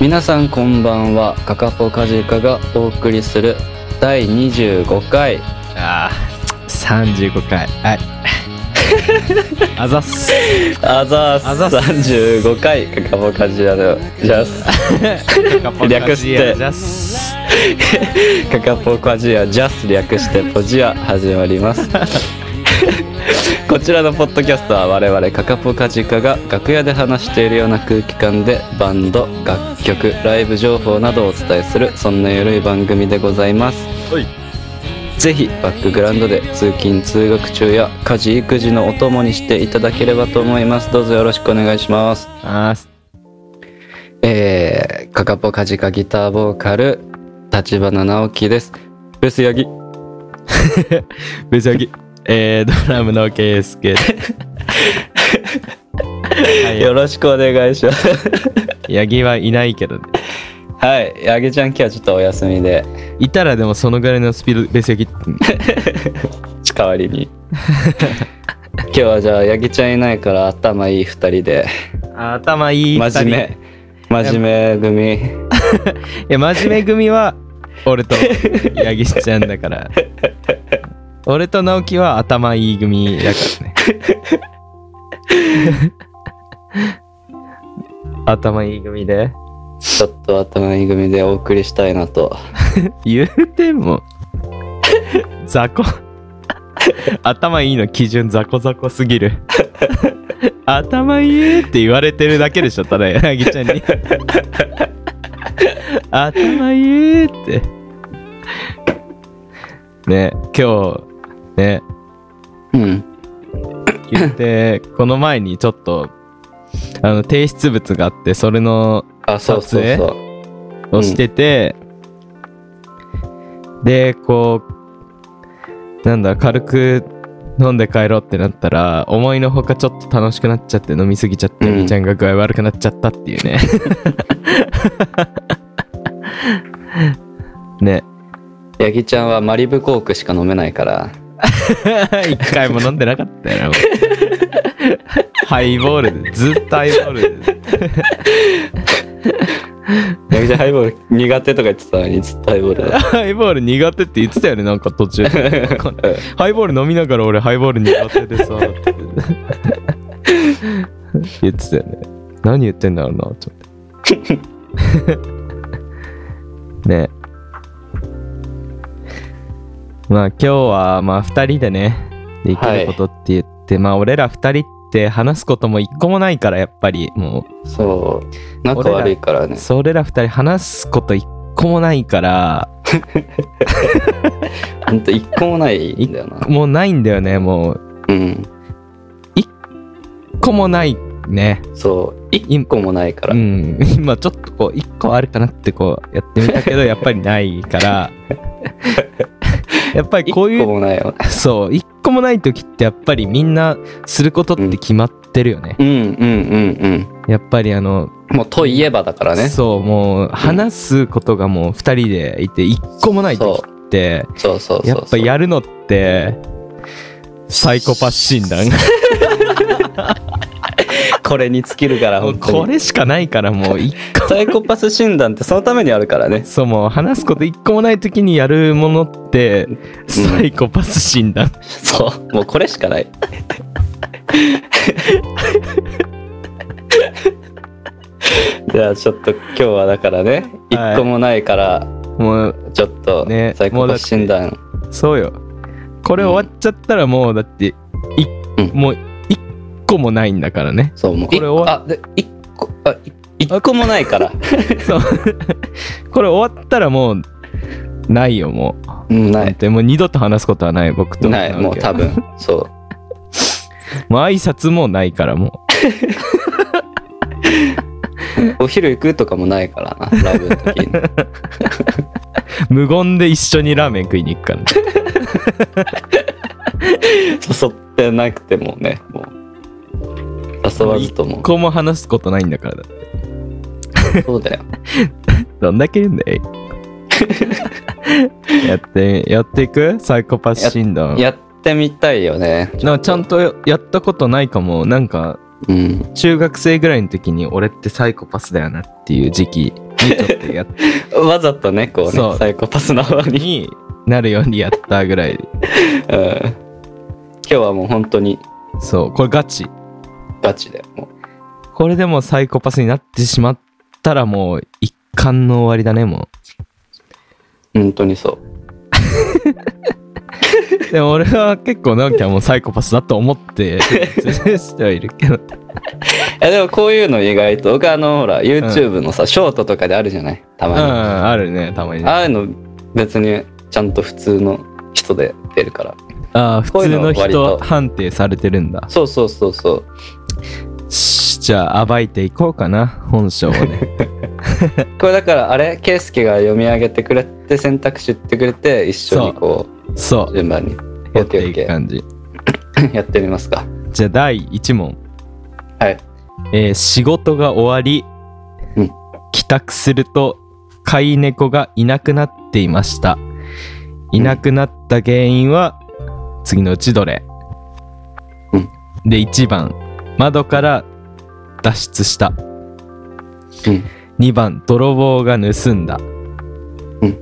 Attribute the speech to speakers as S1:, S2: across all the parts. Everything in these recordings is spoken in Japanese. S1: 皆さんこんばんはカカポカジカがお送りする第25回
S2: ああ、35回。 はい。あざっす。
S1: あざーす
S2: あざっす
S1: 35回カカポカジカのジャス略して
S2: ジャス
S1: カカポカジアジャス略してポジア始まります こちらのポッドキャストは我々カカポカジカが楽屋で話しているような空気感でバンド楽曲ライブ情報などをお伝えするそんなゆるい番組でございます
S2: はい
S1: ぜひバックグラウンドで通勤通学中や家事育児のお供にしていただければと思いますどうぞよろしくお願いします
S2: あーす
S1: えー、カカポカジカギターボーカル立花直樹ですベースヤギ
S2: ぶち上げえー、ドラムのケイス ケ。はい
S1: よろしくお願いします
S2: ヤギはいないけどね。
S1: はいヤギちゃん今日はちょっとお休みで
S2: いたらでもそのぐらいのスピードベースヤギって。
S1: 代わり に今日はじゃあヤギちゃんいないから頭いい二人で
S2: 頭いい二人
S1: 真面目真面目組
S2: いや真面目組は俺とヤギちゃんだから俺と直樹は頭いい組だからね頭いい組で
S1: ちょっと頭いい組でお送りしたいなと
S2: 言うても雑魚頭いいの基準雑魚雑魚すぎる頭いいって言われてるだけでしょただヤギちゃんに頭いいってね今日ね
S1: うん
S2: 言ってこの前にちょっとあの提出物があってそれの
S1: あそうそう
S2: 撮
S1: そう
S2: をしてて、でこうなんだ軽く飲んで帰ろうってなったら思いのほかちょっと楽しくなっちゃって飲みすぎちゃって、
S1: う
S2: み
S1: ん
S2: ーちゃんが具合悪くなっちゃったっていう ねね
S1: ヤギちゃんはマリブコークしか飲めないから
S2: 一回も飲んでなかったよなもうハイボールでずっとハイボールで
S1: ヤギちゃんハイボール苦手とか言ってたのにずっとハイボールだ
S2: ハイボール苦手って言ってたよねなんか途中でわかんないハイボール飲みながら俺ハイボール苦手でさって言ってたよね何言ってんだろうなと思ってねまあ今日はまあ2人でねできることって言って、まあ俺ら2人って話すことも一個もないからやっぱりもう
S1: そう仲悪いからね
S2: それら二人話すこと一個もないから
S1: ほんと一個もないんだよな
S2: もうないんだよねもう
S1: うん
S2: 一個もないね
S1: そう一個もないから、
S2: うん 今ちょっとこう一個あるかなってこうやってみ たけどやっぱりないから やっぱり
S1: 一
S2: こ
S1: 個
S2: ういう
S1: もないよね
S2: そう一個もない時ってやっぱりみんなすることって決まってるよね
S1: う、んうんうん
S2: やっぱりあの、
S1: うんもうといえばだからね
S2: そうもう話すことがもう二人でいて一個もない時って
S1: そうそうそうそう
S2: やっぱやるのってサイコパス診断
S1: これに尽きるから
S2: も
S1: 本
S2: う
S1: 当に
S2: これしかないからもう一
S1: サイコパス診断ってそのためにあるからね
S2: そうもう話すこと一個もない時にやるものってサイコパス診断、
S1: そうもうこれしかない じゃあちょっと今日はだからね一
S2: はい
S1: 個もないから
S2: もう
S1: ちょっと
S2: ね
S1: サイコパス診断、
S2: そうよこれ終わっちゃったらもうだってい、
S1: うん
S2: もう一個もないんだからね
S1: そうもう
S2: これ終わ
S1: あで一個あい一個もないから
S2: そうこれ終わったらもうないよも
S1: うん
S2: う、
S1: な
S2: なん
S1: い
S2: てもう二度と話すことはない僕と
S1: ないもう多分そう
S2: もう挨拶もないからも
S1: お昼行くとかもないからなライブの時 に
S2: う無言で一緒にラーメン食いに行くから、ね、
S1: 誘ってなくてもねもう誘わずとも
S2: 一個も話すことないんだからだ
S1: そうだよ
S2: どんだけ言うんだい やってやっていくサイコパス診断
S1: やってみたいよね
S2: なんかちゃんとややったことないかもなんか
S1: うん
S2: 中学生ぐらいの時に俺ってサイコパスだよなっていう時期にちょっとやっ
S1: わざとね、こう
S2: そ
S1: ね、
S2: う
S1: サイコパスな方 に。
S2: になるようにやったぐらいで
S1: うん。今日はもう本当に
S2: そうこれガチ
S1: ガチで。も
S2: これでもうサイコパスになってしまったらもう一貫の終わりだねも
S1: う本当にそう
S2: でも俺は結構直樹はもうサイコパスだと思ってしてはいるけど
S1: う。いやでもこういうの意外と、僕あの、ほら、YouTube のさ、ショートとかであるじゃないた
S2: う
S1: ま
S2: ん
S1: に。
S2: あるねたまにね
S1: ああいうの別にちゃんと普通の人で出るから。
S2: ああ普
S1: こうい
S2: 通
S1: うの
S2: の
S1: 割
S2: 人
S1: と
S2: 判定されてるんだ
S1: そうそうそうそう。
S2: しじゃあ暴いていこうかな本性を ね
S1: これだからあれ圭介が読み上げてくれて選択肢言ってくれて一緒にこ
S2: そう
S1: 順番に
S2: うやっていく感じ
S1: やってみますか。
S2: じゃあ第1問
S1: はい。
S2: えー仕事が終わり、
S1: うん
S2: 帰宅すると飼い猫がいなくなっていましたいなくなった原因は次のうちどれ、
S1: うん
S2: で1番窓から脱出した
S1: うん。
S2: 2番泥棒が盗んだ、
S1: うん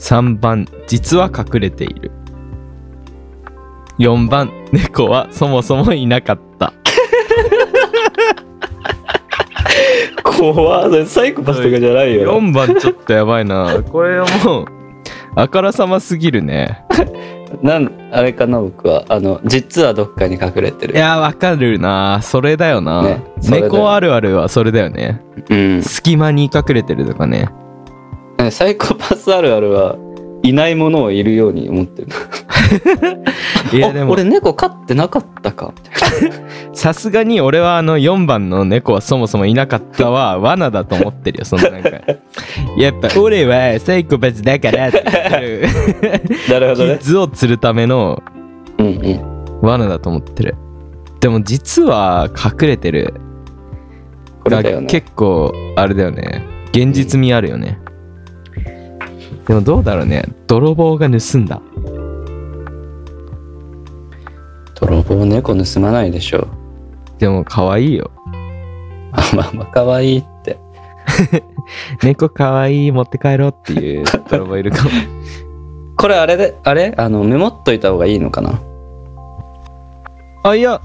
S2: 3番実は隠れている4番猫はそもそもいなかった
S1: 怖っそれサイコパスとかじゃないよ。
S2: 4番ちょっとやばいなこれはもうあからさますぎるね
S1: なんあれかな僕はあの実はどっかに隠れて
S2: い
S1: る。
S2: やわかるなそれだよな、
S1: ねそれだよ
S2: 猫あるあるはそれだよね
S1: うん。
S2: 隙間に隠れてるとかね
S1: ねサイコパスあるあるはいないものをいるように思ってる。
S2: いや
S1: あ
S2: でも
S1: 俺猫飼ってなかったか。
S2: さすがに俺はあの4番の猫はそもそもいなかったは罠だと思ってるよその なんかやっぱ俺はサイコパスだからって言ってる
S1: なるほ
S2: キ
S1: どね
S2: ッ。ズを釣るための
S1: うんうん。
S2: 罠だと思ってるでも実は隠れてる
S1: これだよね。
S2: 結構あれだよね現実味あるよね、でもどうだろうね泥棒が盗んだ
S1: 泥棒猫盗まないでしょ。
S2: でも可愛いよ
S1: あまあまあ可愛いって。
S2: 猫可愛い持って帰ろうっていう 泥棒いるかも
S1: これあれであれあのメモっといた方がいいのかな。
S2: あいや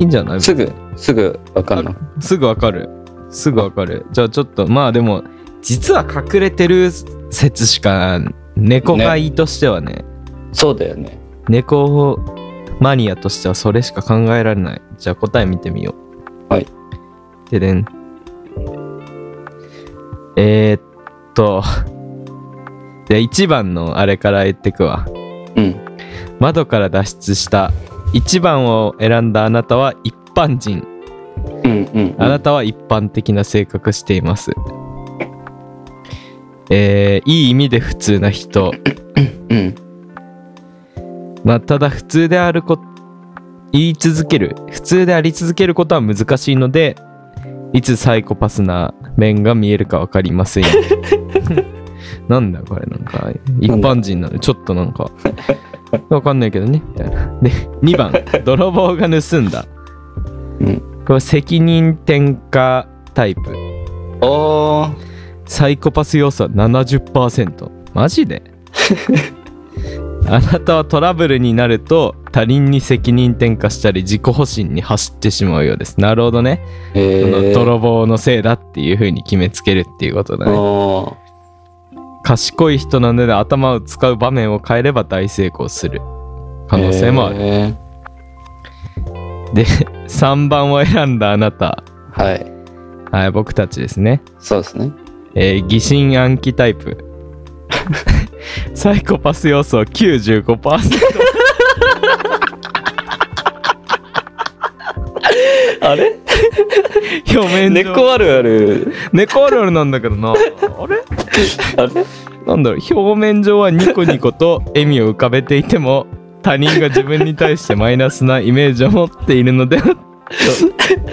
S2: いいんじゃない
S1: すぐすぐわかんない。
S2: すぐわかるすぐわかるじゃあちょっとまあでも実は隠れてる説しか猫がいいとしてはね
S1: そうだよね。
S2: 猫マニアとしてはそれしか考えられないじゃあ答え見てみよう
S1: はい
S2: ででんえー、っと で1番のあれから言ってくわ
S1: うん。
S2: 窓から脱出した1番を選んだあなたは一般人
S1: うんうん。
S2: あなたは一般的な性格していますえー、いい意味で普通な人
S1: うん。
S2: まあただ普通であるこ言い続ける普通であり続けることは難しいのでいつサイコパスな面が見えるか分かりませ んよなんだこれなんか一般人なのちょっとなんか分かんないけどねみたいなで2番泥棒が盗んだ
S1: うん。
S2: これ責任転嫁タイプ
S1: おー。
S2: サイコパス要素は70%マジであなたはトラブルになると他人に責任転嫁したり自己保身に走ってしまうようですなるほどね、
S1: え
S2: その
S1: ー。
S2: 泥棒のせいだっていう風に決めつけるっていうことだね
S1: おー
S2: 賢い人なので頭を使う場面を変えれば大成功する可能性もある、
S1: えー
S2: で3番を選んだあなた
S1: はい。
S2: はい僕たちですね
S1: そうですね。
S2: えー疑心暗鬼タ イプサイコパス要素95%
S1: あれ
S2: 表面上
S1: 猫あるある。
S2: 猫あるあるなんだけど なあれ
S1: あれ
S2: なんだろう表面上はニコニコと笑みを浮かべていても他人が自分に対してマイナスなイメージを持っているのではと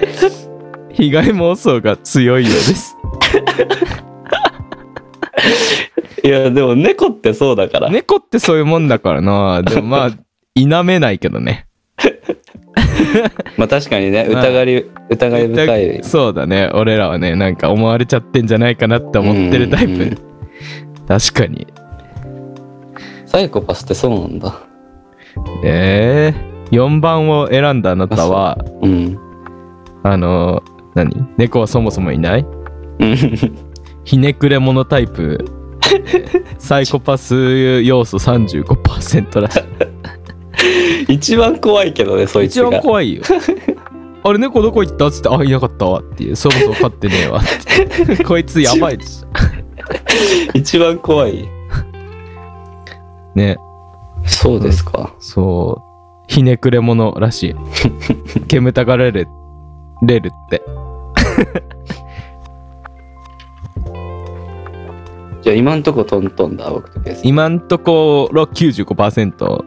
S2: 被害妄想が強いよ うです
S1: いや、でも猫ってそうだから。
S2: 猫ってそういうもんだからなでもまあ否めないけどね
S1: まあ確かにね、
S2: まあ
S1: 疑り、疑い深い。
S2: そうだね俺らはねなんか思われちゃってんじゃないかなって思ってるタイ
S1: うんうんう
S2: プ確かに
S1: サイコパスってそうなんだ。
S2: えー、4番を選んだあなたは
S1: うん。
S2: あの何猫はそもそもいない
S1: うん
S2: ひねくれ者タイプサイコパス要素35%らしい
S1: 一番怖いけどね、そいつ
S2: 一番
S1: が。
S2: 怖いよあれ猫どこ行ったっつってあいなかったわっていうそもそも飼ってねえわってこいつやばいでしょ
S1: 一番怖い。
S2: ね
S1: そうですか。
S2: そうひねくれ者らしい煙たがられるれるって
S1: じゃあ今んとこトントンだ、僕とケース。
S2: 今んところ95%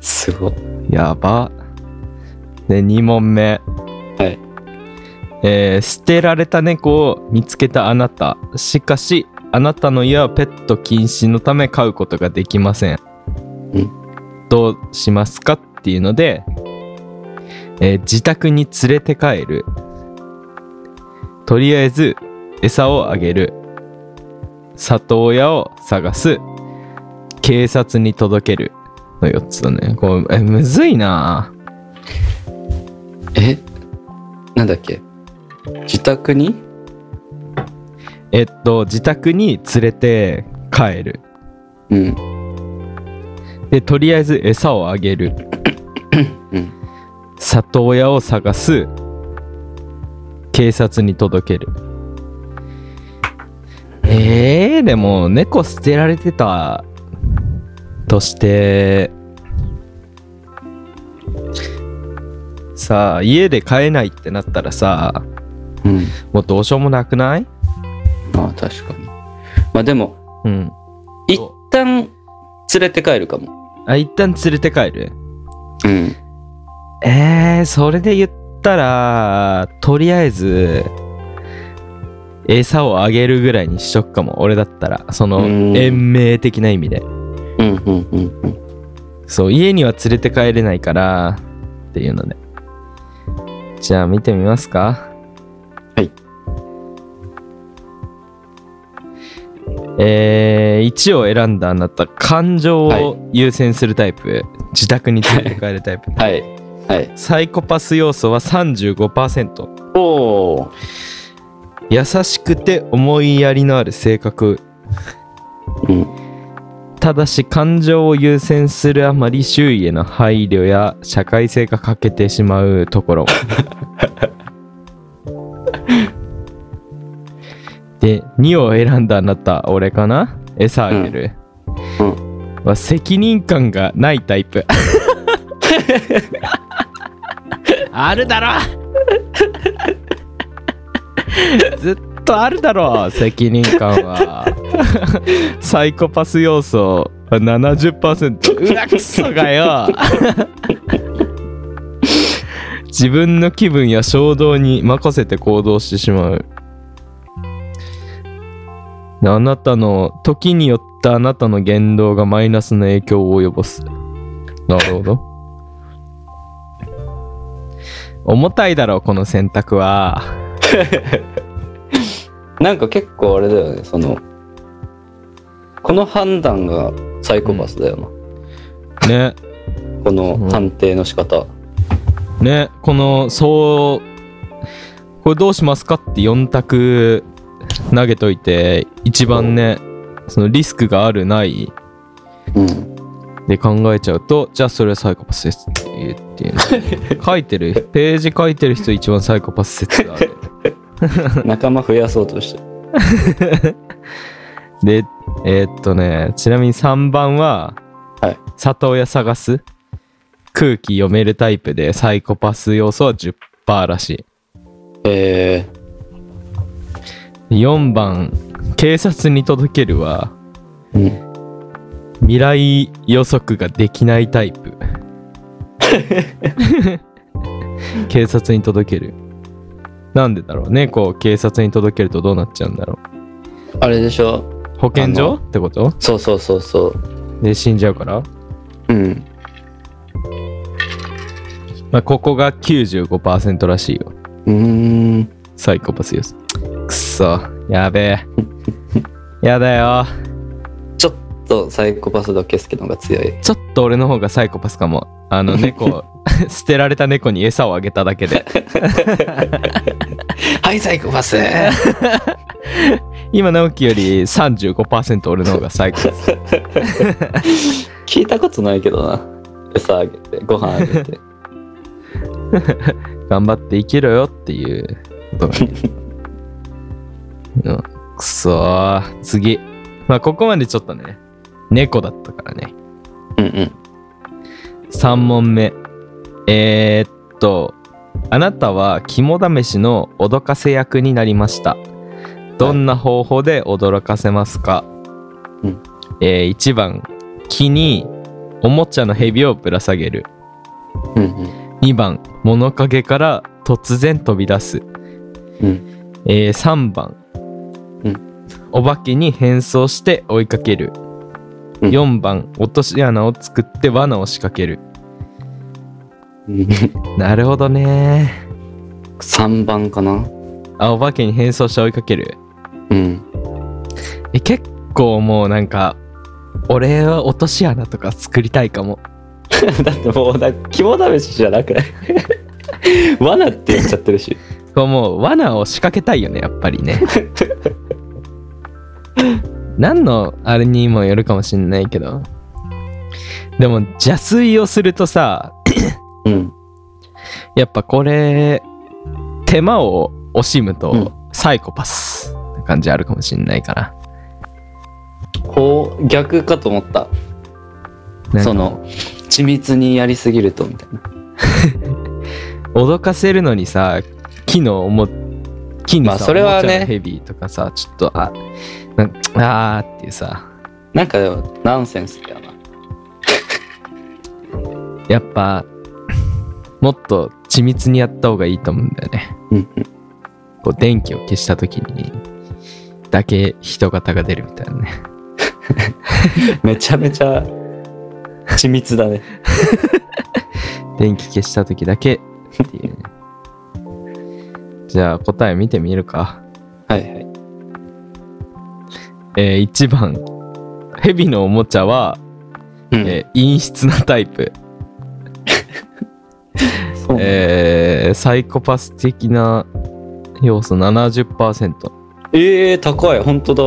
S1: すごい。
S2: やば。で、2問目。
S1: はい。
S2: えー捨てられた猫を見つけたあなた。しかし、あなたの家はペット禁止のため飼うことができません。どうしますかっていうので、えー自宅に連れて帰る。とりあえず、餌をあげる。里親を探す。警察に届ける。の4つだね。こう、え、むずいな
S1: えなんだっけ自宅に
S2: えっと、自宅に連れて帰る。
S1: うん。
S2: で、とりあえず餌をあげる。
S1: うん
S2: 里親を探す。警察に届ける。えー、でも、猫捨てられてたとして、さあ、家で飼えないってなったらさ、
S1: うん。
S2: もうどうしようもなくない
S1: まあ確かに。まあでも、
S2: うん。
S1: 一旦連れて帰るかも。
S2: あ、一旦連れて帰る
S1: うん。
S2: えー、それで言ったら、とりあえず、餌をあげるぐらいにしとくかも。俺だったら。その
S1: う、ん
S2: 延命的な意味で。
S1: うんうんうんうん。
S2: そう、家には連れて帰れないから、っていうので。じゃあ、見てみますか。
S1: はい。
S2: えー、1を選んだあなた、感情を優先するタイプ、自宅に連れて帰るタイプ。
S1: はい。はい。
S2: サイコパス要素は35%
S1: おお。
S2: 優しくて思いやりのある性格
S1: うん。
S2: ただし感情を優先するあまり周囲への配慮や社会性が欠けてしまうと ころで2を選んだあなた俺かな餌あげる、
S1: う
S2: は責任感がないタイプ あるだろ ずっとあるだろ責任感はサイコパス要素は70%うわクソがよ自分の気分や衝動に任せて行動してしまうであなたの時によってあなたの言動がマイナスの影響を及ぼすなるほど重たいだろうこの選択は
S1: なんか結構あれだよね、その、この判断がサイコパスだよな。
S2: ね
S1: この判定の仕方。
S2: ねこのそうこれどうしますかって4択投げといて一番ねそのリスクがあるない
S1: うん。
S2: で考えちゃうとじゃあそれはサイコパスですって言うって いうの書いてるページ書いてる人一番サイコパス説がある
S1: 仲間増やそうとして。
S2: でえーっとねちなみに3番は、
S1: はい
S2: 里親探す空気読めるタイプでサイコパス要素は10%らしい
S1: え
S2: 4番警察に届けるは
S1: ー、うん。
S2: 未来予測ができないタイ プ警察に届けるなんでだろうねこう警察に届けるとどうなっちゃうんだろ
S1: あれでしょ
S2: う保健所ってこと
S1: そうそうそうそう。
S2: で死んじゃうから
S1: うん。
S2: まあ、ここが95%らしいよ。
S1: うーん。
S2: サイコパスよ。くっそ。やべえ。やだよ。
S1: ちょっとサイコパスだけすけのが強い。
S2: ちょっと俺の方がサイコパスかも。あの猫、 捨てられた猫に餌をあげただけで。
S1: はい、サイコパス
S2: 今、直樹より35%俺の方がサイコパス。
S1: 聞いたことないけどな。餌あげて、ご飯あげて。
S2: 頑張って生きろよっていうことがね うんくそー。次。まあ、ここまでちょっとね、猫だったからね。
S1: うんうん。
S2: 3問目えーっとあなたは肝試しの脅かせ役になりましたどんな方法で驚かせますか、
S1: うん
S2: えー1番木におもちゃの蛇をぶら下げる
S1: うん
S2: 2番物陰から突然飛び出す、
S1: うん。
S2: えー3番、
S1: うん
S2: お化けに変装して追いかける、
S1: うん
S2: 4番落とし穴を作って罠を仕掛ける
S1: うん。
S2: なるほどね
S1: 3番かな
S2: あお化けに変装して追いかける
S1: うん。
S2: え結構もうなんか俺は落とし穴とか作りたいかも
S1: だってもう、だ肝試しじゃなくない 罠って言っちゃってるし。
S2: こうもう罠を仕掛けたいよねやっぱりね 何のあれにもよるかもしんないけどでも邪推をするとさ
S1: うん。
S2: やっぱこれ手間を惜しむ
S1: う
S2: とサイコパスな感じあるかもしんないから
S1: こう、逆かと思った。
S2: なんか
S1: その、緻密にやりすぎると、みたいな。
S2: 脅かせるのにさ木のおも木にさ、
S1: まあそれはね
S2: おもちゃのヘビとかさちょっとあなんあーっていうさ
S1: なんかでも、ナンセンスだよな。
S2: やっぱもっと緻密にやった方がいいと思うんだよね
S1: うんうん。
S2: こう電気を消した時にだけ人型が出るみたいなね
S1: めちゃめちゃ、緻密だね。
S2: 電気消した時だけっていうねじゃあ答え見てみるか
S1: はいはい。
S2: えー、1番ヘビのおもちゃは、
S1: うん
S2: えー陰湿なタイプ
S1: そうね
S2: えーサイコパス的な要素70%
S1: ええ高い本当だ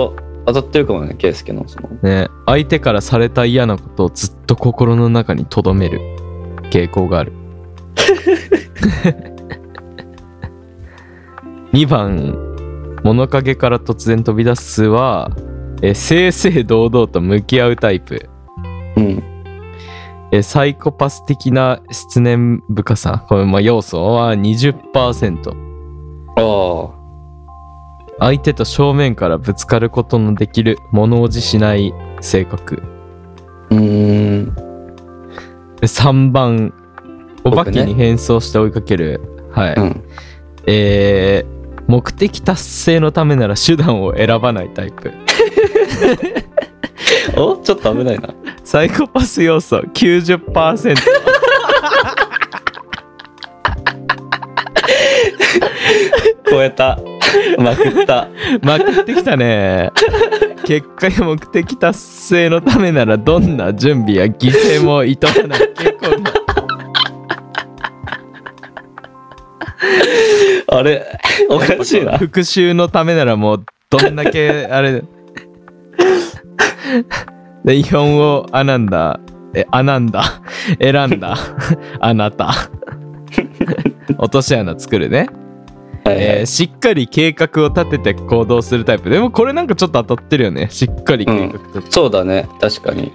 S1: 当たってるかもね圭介のその
S2: ね相手からされた嫌なことをずっと心の中に留める傾向がある2番物陰から突然飛び出すは、えー正々堂々と向き合うタイプ、
S1: うん
S2: えーサイコパス的な失念深さこれまあ要素は20%
S1: ああ
S2: 相手と正面からぶつかることのできる物おじしない性格
S1: うーん
S2: で3番お化け
S1: 僕ね
S2: に変装して追いかける、はい、
S1: うん
S2: えー目的達成のためなら手段を選ばないタイプ
S1: おちょっと危ないな
S2: サイコパス要素90%
S1: 超えたまくった
S2: まくってきたね結果や目的達成のためならどんな準備や犠牲もいとわない結構な
S1: あれ おかしい な
S2: 復讐のためならもうどんだけ あれでイオンをあなんだえあなんだ選んだあなた落とし穴作るね、
S1: はいは
S2: えー
S1: い
S2: しっかり計画を立てて行動するタイプでもこれなんかちょっと当たってるよねしっかり計画立てて、
S1: そうだね確かに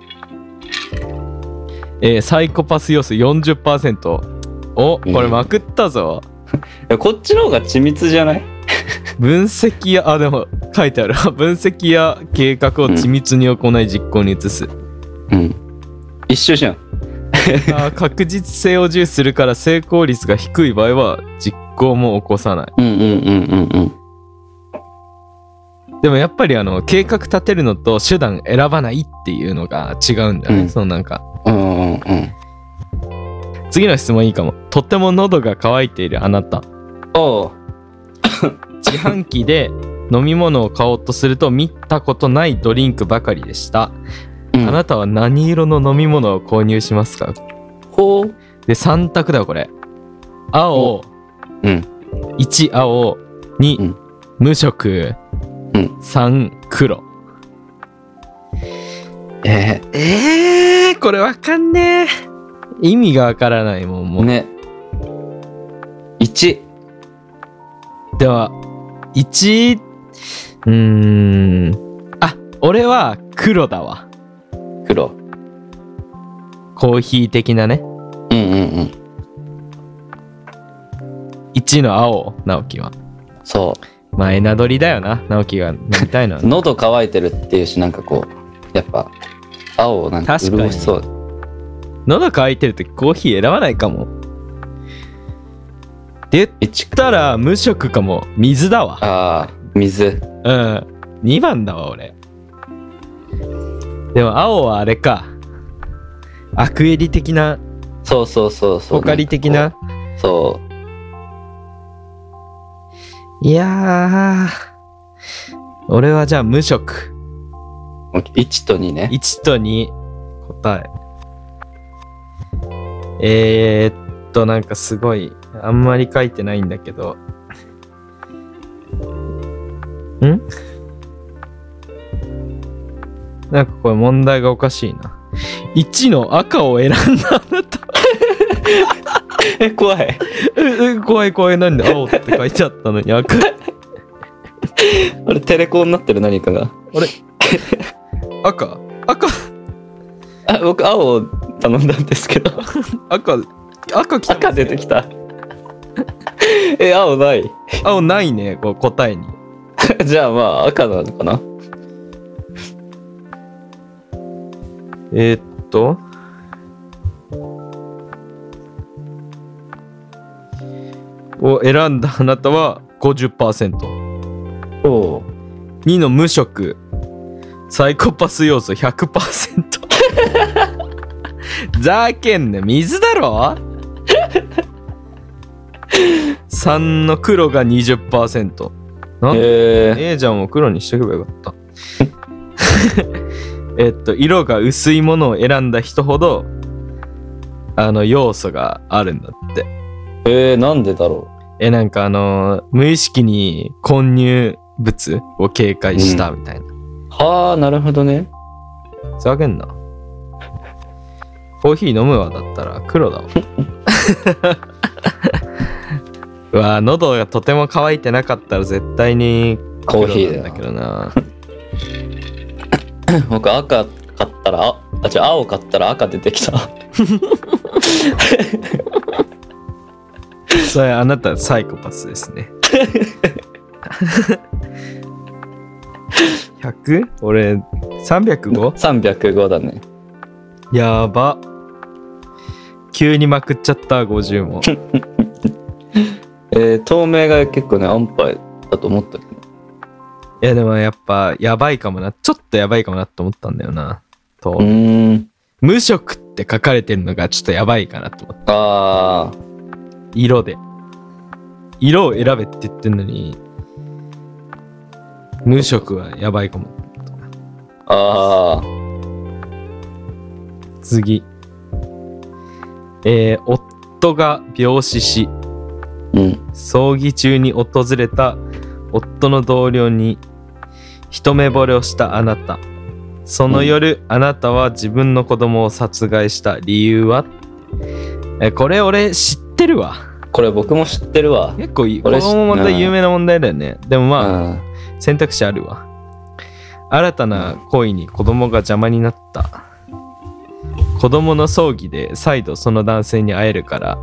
S2: えーサイコパス要素40%おこれまくったぞ、
S1: えこっちの方が緻密じゃない
S2: 分析やあでも書いてある分析や計画を緻密に行い実行に移す、
S1: うん一緒じゃん
S2: あー確実性を重視するから成功率が低い場合は実行も起こさない
S1: うんうんうんうんうん
S2: でもやっぱりあの計画立てるのと手段選ばないっていうのが違うんだよね、
S1: うん
S2: そのなんか
S1: うんうんうん
S2: 次の質問いいかも。とっても喉が渇いているあなた。
S1: おう
S2: 自販機で飲み物を買おうとすると見たことないドリンクばかりでした。
S1: うん
S2: あなたは何色の飲み物を購入しますか
S1: ほう
S2: で、3択だよ、これ。青、
S1: うん
S2: 1、青、
S1: う
S2: 2
S1: ん、
S2: 無色、
S1: うん
S2: 3、黒。
S1: え
S2: えー、これわかんねえ。意味がわからないもん、も
S1: ー、
S2: う。
S1: ね1
S2: では、1、うーん。あ、俺は黒だわ。
S1: 黒
S2: コーヒー的なね。
S1: うんうんうん
S2: 1の青、直樹は。
S1: そ
S2: まあ、エナドリだよな、直樹が飲みた いのは
S1: う喉乾いてるっていうしなんかこうやっぱ青をなんか
S2: 確かに
S1: 潤しそう
S2: 喉乾いてるときコーヒー選ばないかも。で言っ
S1: 1
S2: たら、無色かも。水だわ。
S1: あー水
S2: うん。2番だわ、俺。でも、青はあれか。アクエリ的な、
S1: そうそうそうそう
S2: ポカリ的な。
S1: そ
S2: いやー、俺はじゃあ無色。
S1: う1と2ね
S2: 1と2、答え。えー、っと、なんかすごい、あんまり書いてないんだけど。んなんかこれ問題がおかしいな。1の赤を選んだあなた。
S1: え怖い
S2: ええ怖い怖い、なんで青って書いてあったのに赤。
S1: あれテレコになってる何かが
S2: 赤赤
S1: あ僕青を頼んだんですけど
S2: 赤 赤来た
S1: 赤出てきた え青ない
S2: 青ないね、こう答えに。
S1: じゃあまあ赤なのかな
S2: えーっと。を選んだあなたは 50%2
S1: おう
S2: の無色サイコパス要素100%ざけんな水だろ3の黒が20%なんで
S1: えー、
S2: ええじゃんもう黒にしとけばよかった。 えっと、色が薄いものを選んだ人ほど、あの、要素があるんだって。
S1: えー、なんでだろ
S2: え、なんかあのー無意識に混入物を警戒したみたいな。
S1: うはあなるほどね
S2: ふざけんな。コーヒー飲むわだったら黒 だわ。うわ喉がとても乾いてなかったら絶対に
S1: コーヒーだ
S2: 黒な
S1: よ
S2: んだけどな。
S1: 僕赤買ったらああ違う青買ったら赤出てきた
S2: それあなたサイコパスです ね 100? 俺 305?
S1: 305だね
S2: やば急にまくっちゃった50も
S1: えー、透明が結構ね安牌だと思ったけど
S2: いやでもやっぱやばいかもなちょっとやばいかもなって思ったんだよなと、
S1: うーん
S2: 無色って書かれてるのがちょっとやばいかなと思った
S1: あ
S2: 色で色を選べって言ってんのに無色はやばいかも
S1: ーあー
S2: 次。えー夫が病死し、
S1: うん
S2: 葬儀中に訪れた夫の同僚に一目惚れをしたあなた。その夜、あなたは自分の子供を殺害した理由はえーこれ俺知ってるわ。
S1: これ僕も知ってるわ
S2: 結構いい。こ
S1: 俺
S2: れ
S1: 知
S2: もまた有名な問題だよね。でもまあ、
S1: うん
S2: 選択肢あるわ新たな恋に子供が邪魔になった子供の葬儀で再度その男性に会えるから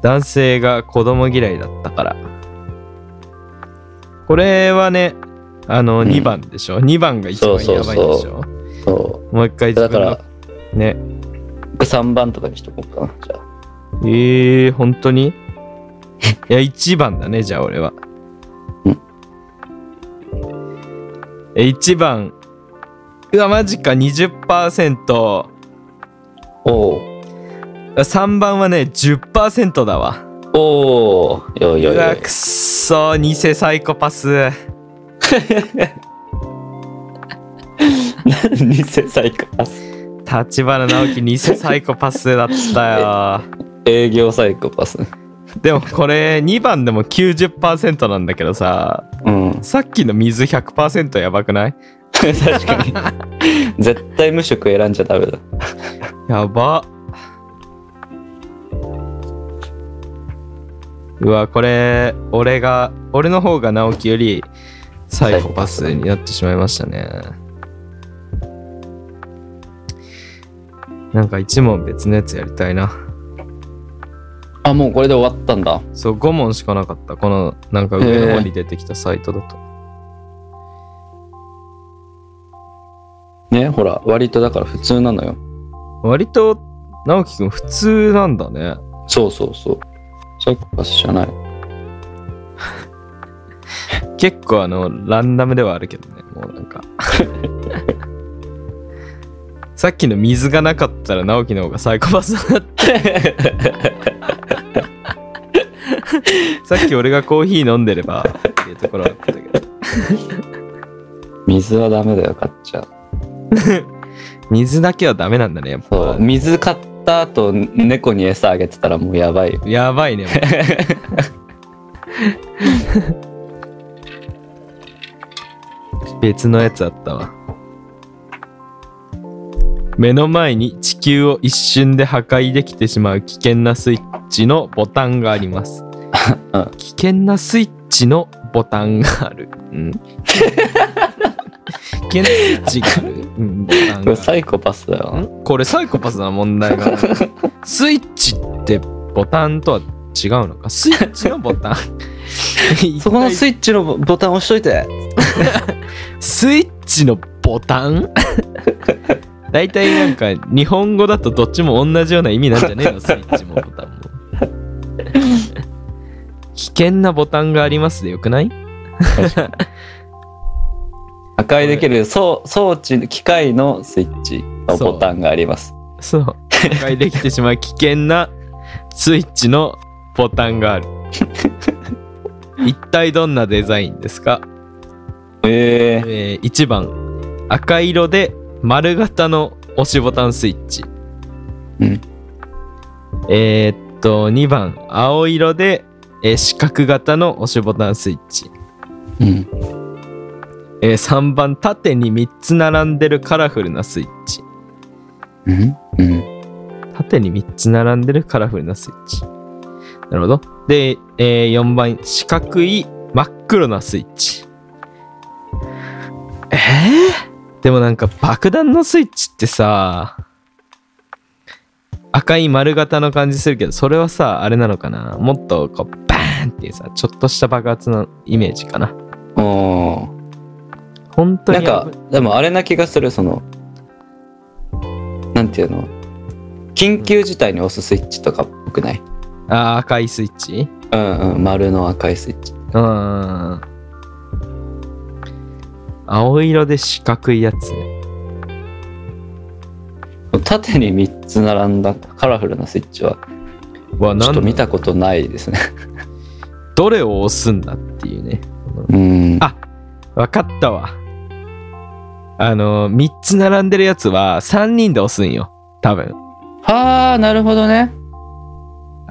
S2: 男性が子供嫌いだったからこれはねあの
S1: うん
S2: 2番でしょ、2番が一番やばいでし
S1: そ
S2: ょ
S1: うそうそ
S2: もう一回
S1: う
S2: 自
S1: だか
S2: 分の
S1: ら
S2: ね
S1: 僕3番とかにしとこうかなじゃあ
S2: えー、本当にいや、1番だね、じゃあ俺は
S1: うん。
S2: え、1番。うわ、マジか、20%。
S1: おお
S2: 3番はね10%だわ
S1: おおよいうよいよ
S2: わ
S1: い
S2: くっそ偽サイコパス
S1: 偽サイコパス
S2: 立花直樹偽サイコパスだったよ
S1: 営業サイコパス
S2: でもこれ2番でも90%なんだけどさ
S1: うん
S2: さっきの水100%やばくない
S1: 確かに絶対無職選んじゃダメだ
S2: やばうわこれ俺が俺の方が直樹よりサイコパスになってしまいましたねなんか一問別のやつやりたいな
S1: あもうこれで終わったんだ
S2: そう5問しかなかったこのなんか上の方に出てきたサイトだと、
S1: ねほら割とだから普通なのよ
S2: 割と直樹くん普通なんだね
S1: そうそうそうサイコパスじゃない
S2: 結構あのランダムではあるけどねもうなん かさっきの水がなかったら直樹の方がサイコパスだなって さっき俺がコーヒー飲んでればっていうところだったけど
S1: 水はダメだよ買っちゃう
S2: 水だけはダメなんだねやっ
S1: そ
S2: ぱ
S1: う水買った後猫に餌あげてたらもうやばいよ
S2: やばいねもう別のやつあったわ目の前に地球を一瞬で破壊できてしまう危険なスイッチのボタンがあり ます、
S1: うん
S2: 危険なスイッチのボタンがある、 うん、危険なスイッチがある、うん、ボ
S1: こ
S2: タン
S1: れ
S2: がある
S1: サイコパスだよ
S2: んこれサイコパスな問 題がスイッチってボタンとは違うのかスイッチのボタン
S1: そこのス
S2: イ
S1: イッチのボボタン押しといて
S2: スイッチのボ タン大体なんか日本語だとどっちも同じような意味なんじゃねえのスイッチもボタンも危険なボタンがありますでよくない
S1: 破壊できる装装置機械のスイッチのボタンがあります
S2: そう破壊できてしまう危険なスイッチのボタンがある一体どんなデザインですか
S1: ええ
S2: えー1番赤色で丸型の押しボタンスイッチ、
S1: うん
S2: えーっと2番青色で、えー四角型の押しボタンスイッチ、
S1: うん
S2: えー3番縦に3つ並んでるカラフルなスイッチ
S1: うんうん
S2: 縦に3つ並んでるカラフルなスイッチなるほどで、え4番四角い真っ黒なスイッチえー、でもなんか爆弾のスイッチってさ赤い丸型の感じするけどそれはさあれなのかなもっとこうバーンっていうさちょっとした爆発のイメージかな
S1: おー
S2: 本当
S1: な
S2: に
S1: んかでもあれな気がするそのなんていうの緊急事態に押すスイッチとかっぽくない
S2: あー赤いスイッチ
S1: うんうん丸の赤いスイッチ
S2: うん。青色で四角いやつね。
S1: 縦に3つ並んだカラフルなスイッチは
S2: わ、
S1: ちょっ
S2: なんだ
S1: と見たことないですね
S2: どれを押すんだっていうね。
S1: うん
S2: あわかったわ。あのー、3つ並んでるやつは3人で押すんよ。多分。
S1: はあなるほどね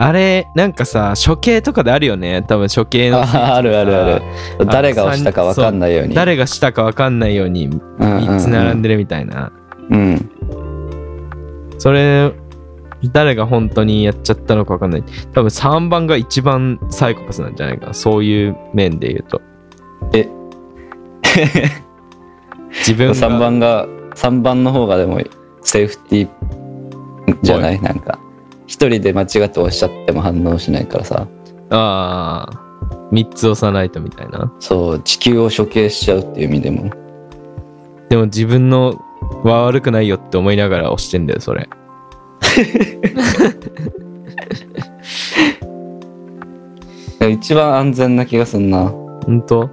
S2: あれ、なんかさ、処刑とかであるよね。多分処刑の。
S1: ああるあるある
S2: あ
S1: 誰が押したか分かんないように
S2: 誰がしたかわかんないように3つ並んでるみたいな。
S1: うんうん
S2: それ、誰が本当にやっちゃったのかわかんない。多分3番が一番サイコパスなんじゃないかな。そういう面で言うと。
S1: え
S2: 自分が
S1: 3番が3番の方がでもセーフティーじゃないなんか一人で間違って押しちゃっても反応しないからさ
S2: ああ。3つ押さないとみたいな。
S1: そう地球を処刑しちゃうっていう意味でも
S2: でも自分のは悪くないよって思いながら押してんだよ、それ。
S1: 一番安全な気がすんな
S2: ほんと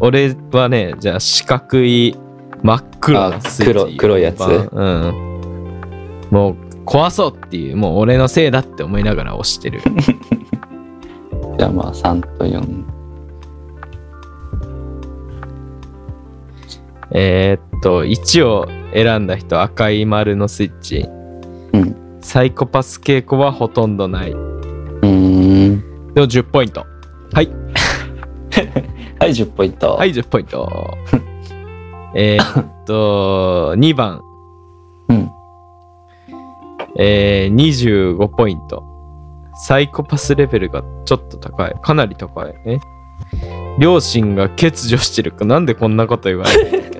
S2: 俺はね、じゃあ四角い真っ黒
S1: あ
S2: なスイッ
S1: 黒
S2: チ
S1: 黒いやつ
S2: うん。もう壊そうっていうもう俺のせいだって思いながら押し てる
S1: じゃあまあ3と4
S2: えーっと1を選んだ人赤い丸のスイッチ
S1: うん
S2: サイコパス傾向はほとんどないう
S1: ーん
S2: でも10ポイントはい
S1: はい10ポイント
S2: はい10ポイン トえーっと2番
S1: うん
S2: えー、25ポイント。サイコパスレベルがちょっと高い。かなり高い。え両親が欠如してるか。なんでこんなこと言われる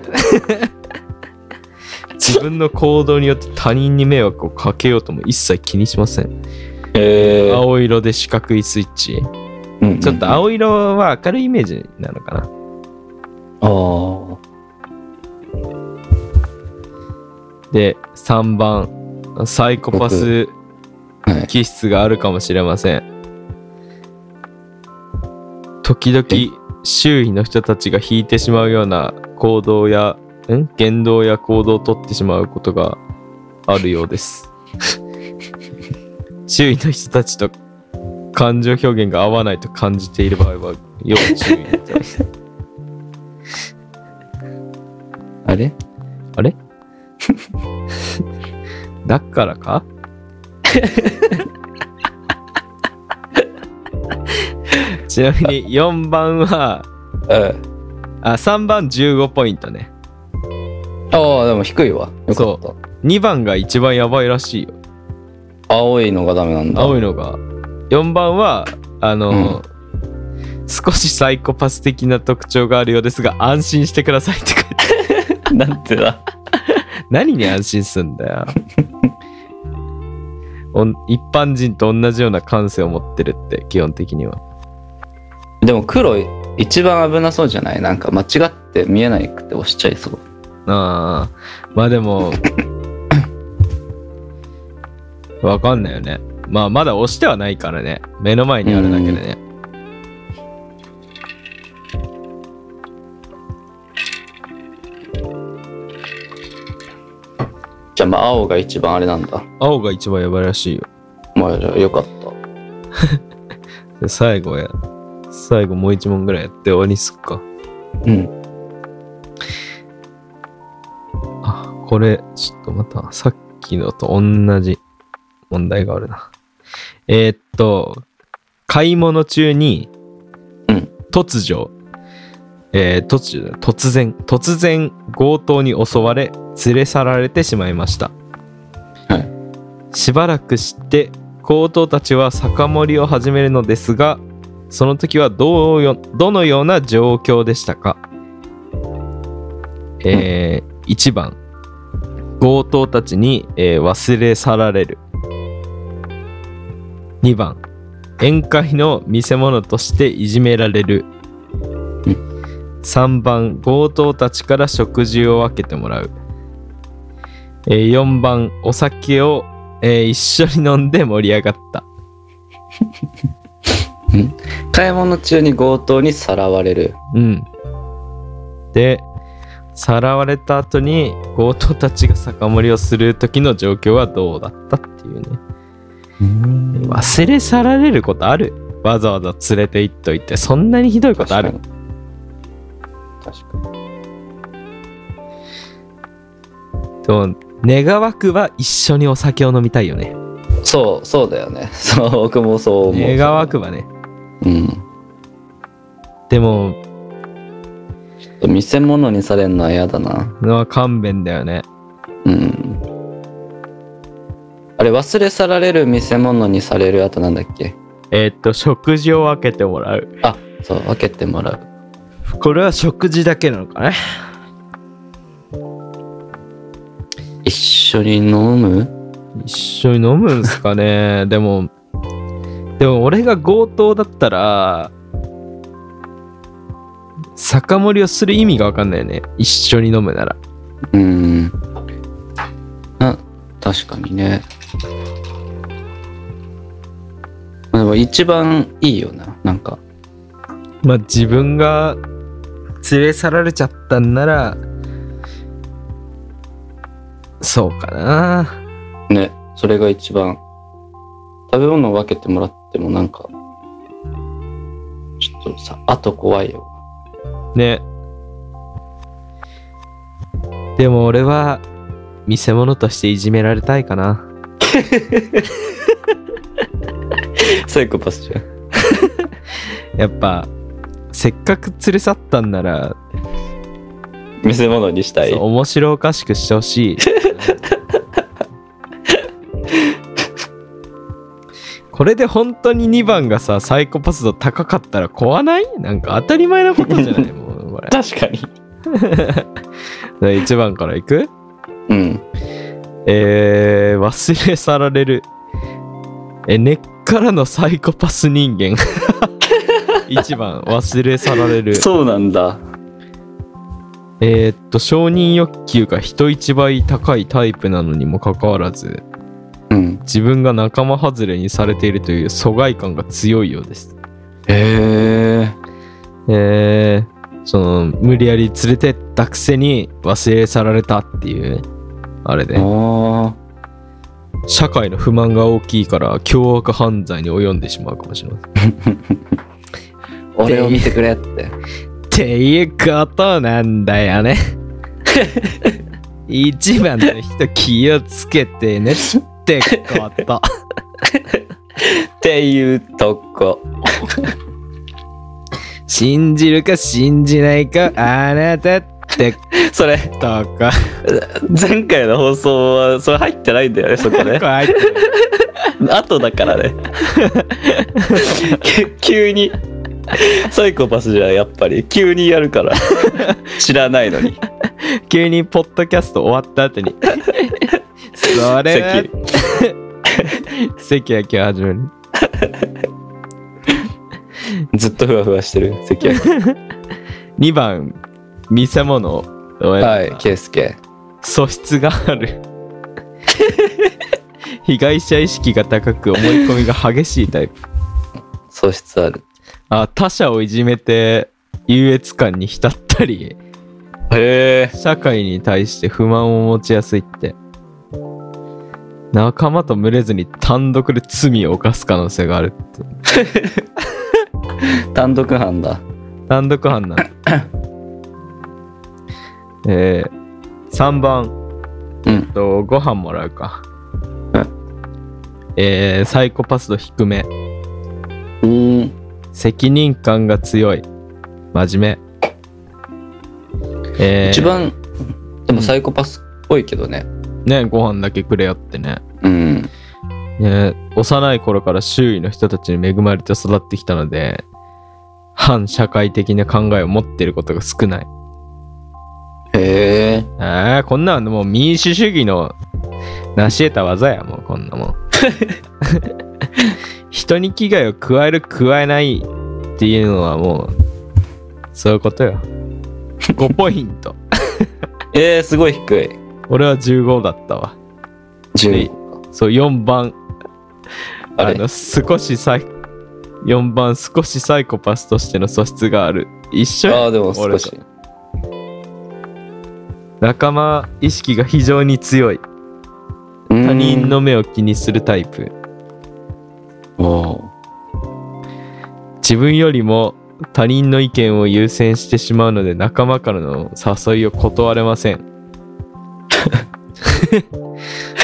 S2: 自分の行動によって他人に迷惑をかけようとも一切気にしません。
S1: えー
S2: 青色で四角いスイッチ。
S1: うん
S2: ちょっと青色は明るいイメージなのかな。
S1: あ
S2: で、3番。サイコパス
S1: あはい
S2: 気質があるかもしれません時々周囲の人たちが引いてしまうような行動やん言動や行動をとってしまうことがあるようです 周囲の人たちと感情表現が合わないと感じている場合は要注意
S1: あれ
S2: あれだからかちなみに4番は
S1: うん
S2: あ3番15ポイントね
S1: ああでも低いわよかった
S2: 2番が一番やばいらしいよ
S1: 青いのがダメなんだ
S2: 青いのが4番はあの、少しサイコパス的な特徴があるようですが安心してくださいって書いてある
S1: なんてだ
S2: 何に安心すんだよおん一般人と同じような感性を持ってるって基本的には
S1: でも黒い一番危なそうじゃないなんか間違って見えないくて押しちゃいそう
S2: ああまあでも わかんないよねまあまだ押してはないからね目の前にあるだけでね
S1: じゃあまあ青が一番あれなんだ
S2: 青が一番やばいらしいよ
S1: まあよかった
S2: で最後や最後もう一問ぐらいやって終わりにすっか
S1: うん
S2: あこれちょっとまたさっきのと同じ問題があるなえーっと買い物中に
S1: うん
S2: 突如、えー突如突然突然強盗に襲われ連れ去られてしまいました、はい、しばらくして強盗たちは酒盛りを始めるのですがその時はどうよどのような状況でしたかえー1番強盗たちに、えー忘れ去られる2番宴会の見せ物としていじめられる
S1: うん
S2: 3番強盗たちから食事を分けてもらう、えー4番お酒を、えー一緒に飲んで盛り上がった
S1: 買い物中に強盗にさらわれる
S2: うん。で、さらわれた後に強盗たちが酒盛りをする時の状況はどうだったっていうね。忘れ去られることあるわざわざ連れて行っといて、そんなにひどいことある
S1: 確かに確かに
S2: と願わくは一緒にお酒を飲みたいよね。
S1: そうそうだよね そう僕もそう思う
S2: 願わくばね。
S1: うんち
S2: でも、
S1: ょっと見せ物にされるのは嫌だな
S2: のは勘弁だよね。
S1: うんあれ忘れ去られる見せ物にされるあとなんだっけ
S2: えーっと、食事を分けてもらう。
S1: あそう分けてもらう
S2: これは食事だけなのかね。
S1: 一緒に飲む
S2: 一緒に飲むんすかね でもでも俺が強盗だったら酒盛りをする意味が分かんないよね一緒に飲むなら
S1: うん。な、確かにね。まあでも一番いいよな、なんか。
S2: まあ自分が連れ去られちゃったんならそうかな
S1: ね。それが一番食べ物を分けてもらってもなんかちょっとさあと怖いよ
S2: ねでも俺は見せ物としていじめられたいかな
S1: サイコパスじゃん
S2: やっぱせっかく連れ去ったんなら、
S1: 見せ物にしたい
S2: そう面白おかしくして ほしいこれで本当に2番がさサイコパス度高かったら怖ないなんか当たり前なことじゃな いもうこれ
S1: 確かに
S2: 1番からいく
S1: うん
S2: えー、忘れ去られる。え、根っからのサイコパス 人間。1番、忘れ去られる。
S1: そうなんだ
S2: えーっと、承認欲求が人一倍高いタイプなのにもかかわらず、
S1: うん
S2: 自分が仲間外れにされているという疎外感が強いようです。
S1: へえ
S2: えー、その、無理やり連れてったくせに忘れ去られたっていう、あれで。
S1: あ
S2: 社会の不満が大きいから凶悪犯罪に及んでしまうかもしれません。っ
S1: ー俺を見てくれって
S2: ていうことなんだよね。一番の人気をつけてねってこと。
S1: っていうとこ
S2: 信じるか信じないかあなたって
S1: それ
S2: とか。
S1: 前回の放送はそれ入ってないんだよねそこね
S2: 怖いって
S1: 後だから ねき急にサイコパスじゃんやっぱり急にやる から知らないのに
S2: 急にポッドキャスト終わった後に。それは
S1: 席
S2: 関は今日始める。
S1: ずっとふわふわしてる関谷
S2: 2番、見せ物をやった
S1: はい圭介
S2: 素質がある 被害者意識が高く思い込みが激しいタイプ
S1: 素質ある
S2: あ他者をいじめて優越感に浸ったり
S1: へえ
S2: 社会に対して不満を持ちやすいって仲間と群れずに単独で罪を犯す可能性があるって
S1: 単独犯だ
S2: 単独犯 なのえー、3番
S1: うん
S2: とご飯もらうか
S1: うん
S2: えー、サイコパス度低め
S1: うん
S2: 責任感が強い真面目えー、
S1: 一番でもサイコパスっぽいけどね
S2: ねご飯だけくれよってね
S1: うん
S2: ね幼い頃から周囲の人たちに恵まれて育ってきたので反社会的な考えを持っていることが少ない
S1: へえ
S2: ああこんなのもう民主主義の成し得た技やもうこんなも ん人に危害を加える加えないっていうのはもうそういうことよ5ポイント
S1: えー、すごい低い
S2: 俺は15だったわ
S1: 順位
S2: そう4番あ
S1: あれ
S2: の少しサイ4番少しサイコパスとしての素質がある一緒や
S1: ああでも少し
S2: 俺仲間意識が非常に強い他
S1: 他
S2: 人の目を気にするタイプ自分よりも他人の意見を優先してしまうので仲間からの誘いを断れませ ん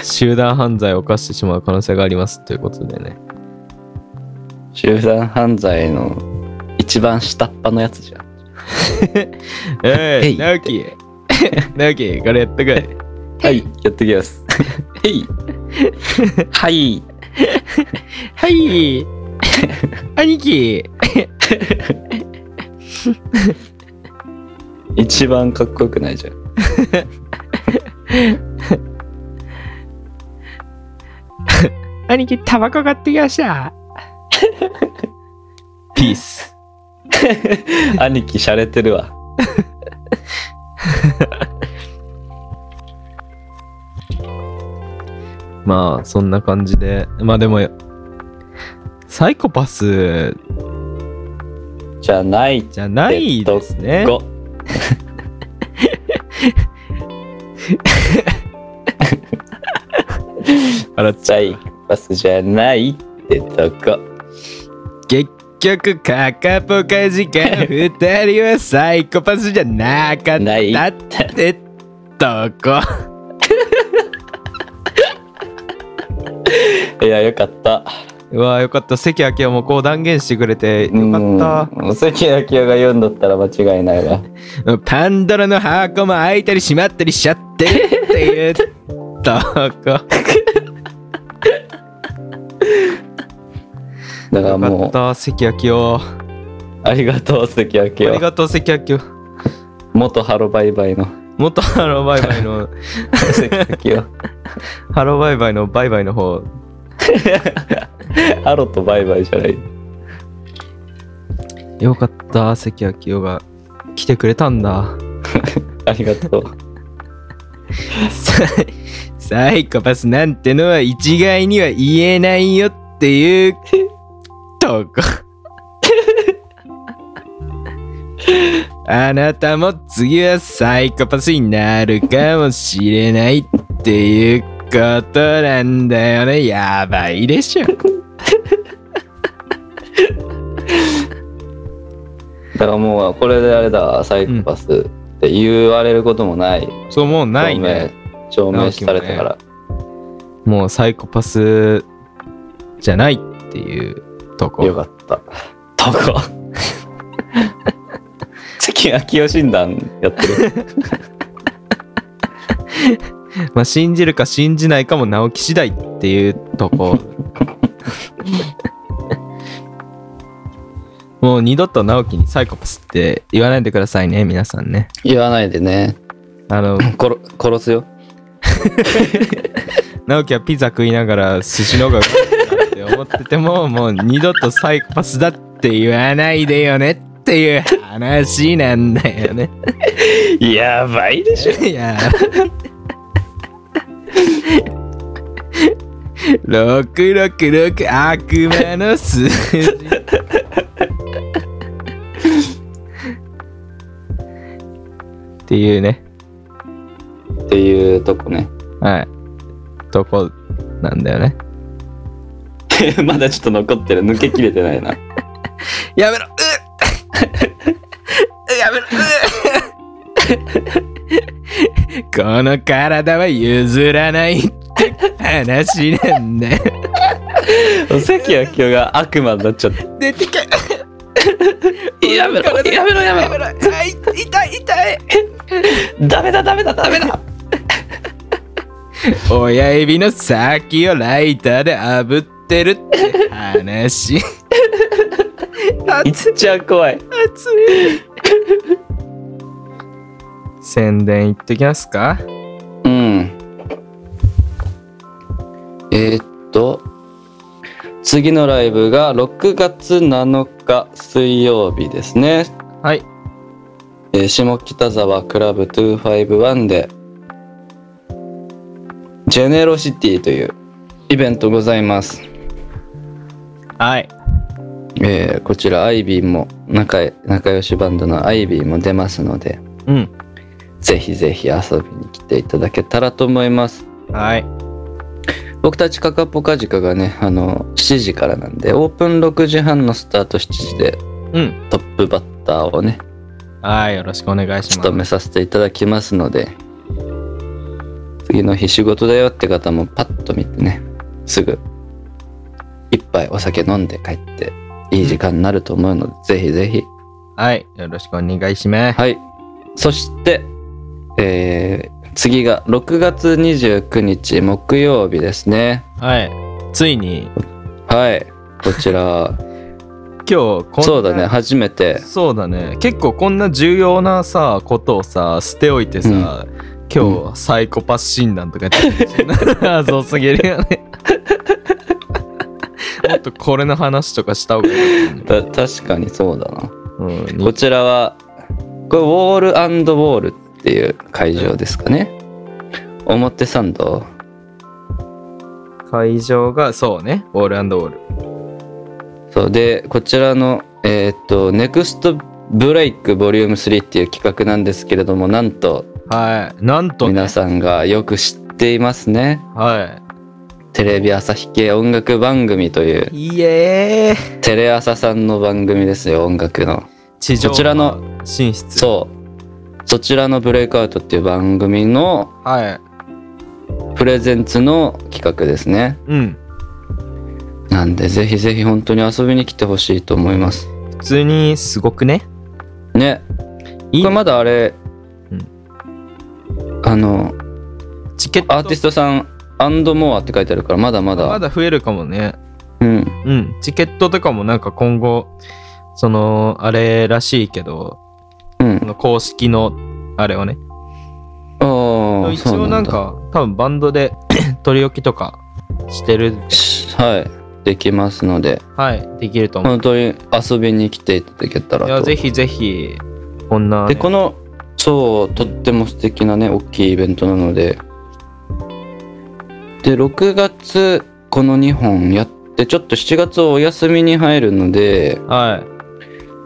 S2: 集団犯罪を犯してしまう可能性がありますということでね
S1: 集団犯罪の一番下っ端のやつじゃん
S2: え
S1: え
S2: い
S1: い
S2: 直 樹直樹これやってくれ
S1: はい、やってき ます。はい。 はい。
S2: はい 兄貴
S1: 一番かっこよくないじゃん。
S2: 兄貴タバコ買ってきました ピース
S1: 兄貴、洒落てるわ。
S2: まあそんな感じでまあでもサイコパス
S1: じゃあない。
S2: じゃないですね。
S1: ご。
S2: 笑っちゃ
S1: じゃいパスじゃないってとこ。
S2: う。結局、カカポカジカ二人はサイコパスじゃなかっ
S1: ない
S2: たってとこ。
S1: いや、よかった。
S2: うわあよかった。関明夫もこう断言してくれてよかった。
S1: うん。関明夫が読んだったら間違いないわ。
S2: パンドラの箱も開いたり閉まったりしちゃってるっていうとこ。
S1: だから
S2: よか
S1: も
S2: っ
S1: う、
S2: た、関明夫。あ
S1: ありがとう、関明
S2: り
S1: 夫。
S2: がとう、関明夫。
S1: 元ハロバイバイの
S2: 元ハローバイバイの、
S1: 関 明夫。
S2: ハローバイバイのバイバイの方。
S1: ハロとバイバイじゃない。
S2: よかった、関明夫が来てくれたんだ。
S1: ありがとう。
S2: サイ サイコパスなんてのは一概には言えないよっていうとこ。あなたも次はサイコパスになるかもしれないっていうことなんだよね。やばいでしょ。
S1: だからもう、これであれだ、サイコパスって言われることもない。
S2: そう、もうないね。
S1: 証明。証明されたから。
S2: もうサイコパスじゃないっていうとこ。
S1: よかった。とこ。 関明夫診断やってる。
S2: まあ、信じるか信じないかも直木次第っていうとこもう二度と直樹にサイコパスって言わないでくださいね皆さんね
S1: 言わないでね。
S2: あの
S1: 殺殺すよ。
S2: 直樹はピザ食いながら寿司の方がうまいなって思っててももう二度とサイコパスだって言わないでよねっていう話なんだよね
S1: やばいでしょ。
S2: いや666悪魔の数字っていうね
S1: っていうとこね。
S2: はいとこなんだよね
S1: まだちょっと残ってる。抜けきれてないな。
S2: やめろうっやめろうっこの体は譲らないって話なんだよ
S1: 関明夫が悪魔になっちゃって。
S2: 出てけ
S1: やめろ、やめろ、やめろ。
S2: めろあい痛い痛い
S1: ダメだ、ダメだ、ダメ だ。
S2: 親指の先をライターで炙ってるって話
S1: いつちゃん怖い。
S2: 熱い 宣伝いってきますか
S1: うん。えーっと、次のライブが6月7日水曜日ですね。
S2: はい
S1: えー下北沢クラブ251で、ジェネロシティというイベントございます。
S2: はい
S1: えーこちらアイビーも仲い仲良しバンドのアイビーも出ますので
S2: うん
S1: ぜひぜひ遊びに来ていただけたらと思います
S2: はい
S1: 僕たちカカポカジカがねあの7時からなんでオープン6時半のスタート7時で
S2: うん
S1: トップバッターをね
S2: はいよろしくお願いしま
S1: 務めさせていただきますので次の日仕事だよって方もパッと見てねすぐ一杯お酒飲んで帰っていい時間になると思うので、ぜひぜひ
S2: すはいよろしくお願いします
S1: はい。そして、えー次が6月29日木曜日ですね。
S2: はいついに
S1: はい。こちら、
S2: 今日こんな
S1: そうだね、初めて。
S2: そうだね結構こんな重要なさことをさ捨ておいてさ、今日サイコパス診断とか言って たじゃん謎すぎるよねもっとこれの話とかした方がいいよね、
S1: た確かにそうだな。
S2: うん
S1: こ
S2: に
S1: ちらは、これ、ウォールウォールっていう会場ですかね。表参道。
S2: 会場がそうねオールオール
S1: そうで、こちらの、えーっと、ネクストブレイクボリューム3っていう企画なんですけれども、なんと、
S2: はいなんとね
S1: 皆さんがよく知っていますね。
S2: は
S1: テレビ朝日系音楽番組という、
S2: いえー
S1: テレ朝さんの番組ですよ、音楽の。
S2: 地上
S1: こちらの
S2: 進出
S1: そう。そちらのブレイクアウトっていう番組の
S2: はい
S1: プレゼンツの企画ですね。
S2: うん
S1: なんで、ぜひぜひ本当に遊びに来てほしいと思います。
S2: 普通にすごくね
S1: ね。
S2: いい
S1: これまだあれ、
S2: うん
S1: あの、
S2: チケット
S1: アーティストさん、アンドモアって書いてあるから、まだまだ。
S2: まだ増えるかもね
S1: うん。
S2: うんチケットとかもなんか今後そのあれらしいけど
S1: う
S2: そ
S1: ん。
S2: の公式のあれをね
S1: ああ、
S2: 一
S1: そうな
S2: 応なんん
S1: だ。
S2: か多分バンドで 取り置きとかしてる
S1: しはい。できますので、
S2: はいできると思う、
S1: 本当に遊びに来ていただけたら
S2: い
S1: と。
S2: やぜひぜひこんなね、
S1: でこのそうとっても素敵なね大きいイベントなのでで6月この2本やってちょっと7月をお休みに入るので
S2: は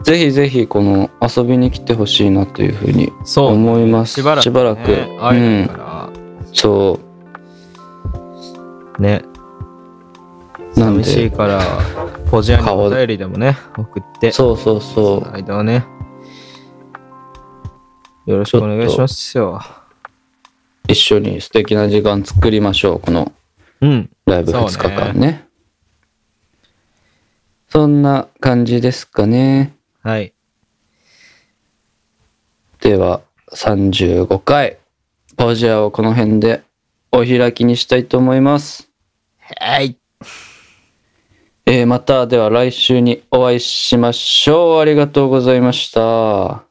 S1: ぜひぜひこの遊びに来てほしいなというふうに
S2: いそう
S1: 思います
S2: しばらく、
S1: く
S2: ね、
S1: う
S2: 会える
S1: ん
S2: か
S1: そ
S2: ら、ね
S1: うなん
S2: 寂しい
S1: で
S2: からポジアに
S1: 顔
S2: お便りでもね送って
S1: そうそうそ
S2: その間はねよろしくお願いしますよ
S1: う一緒に素敵な時間作りましょうこの
S2: うん
S1: ライブ2日間ねそんな感じですかね
S2: はい
S1: では35回ポジアをこの辺でお開きにしたいと思います、
S2: はい
S1: えーまたでは来週にお会いしましょうありがとうございました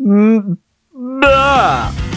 S2: Mm. んだー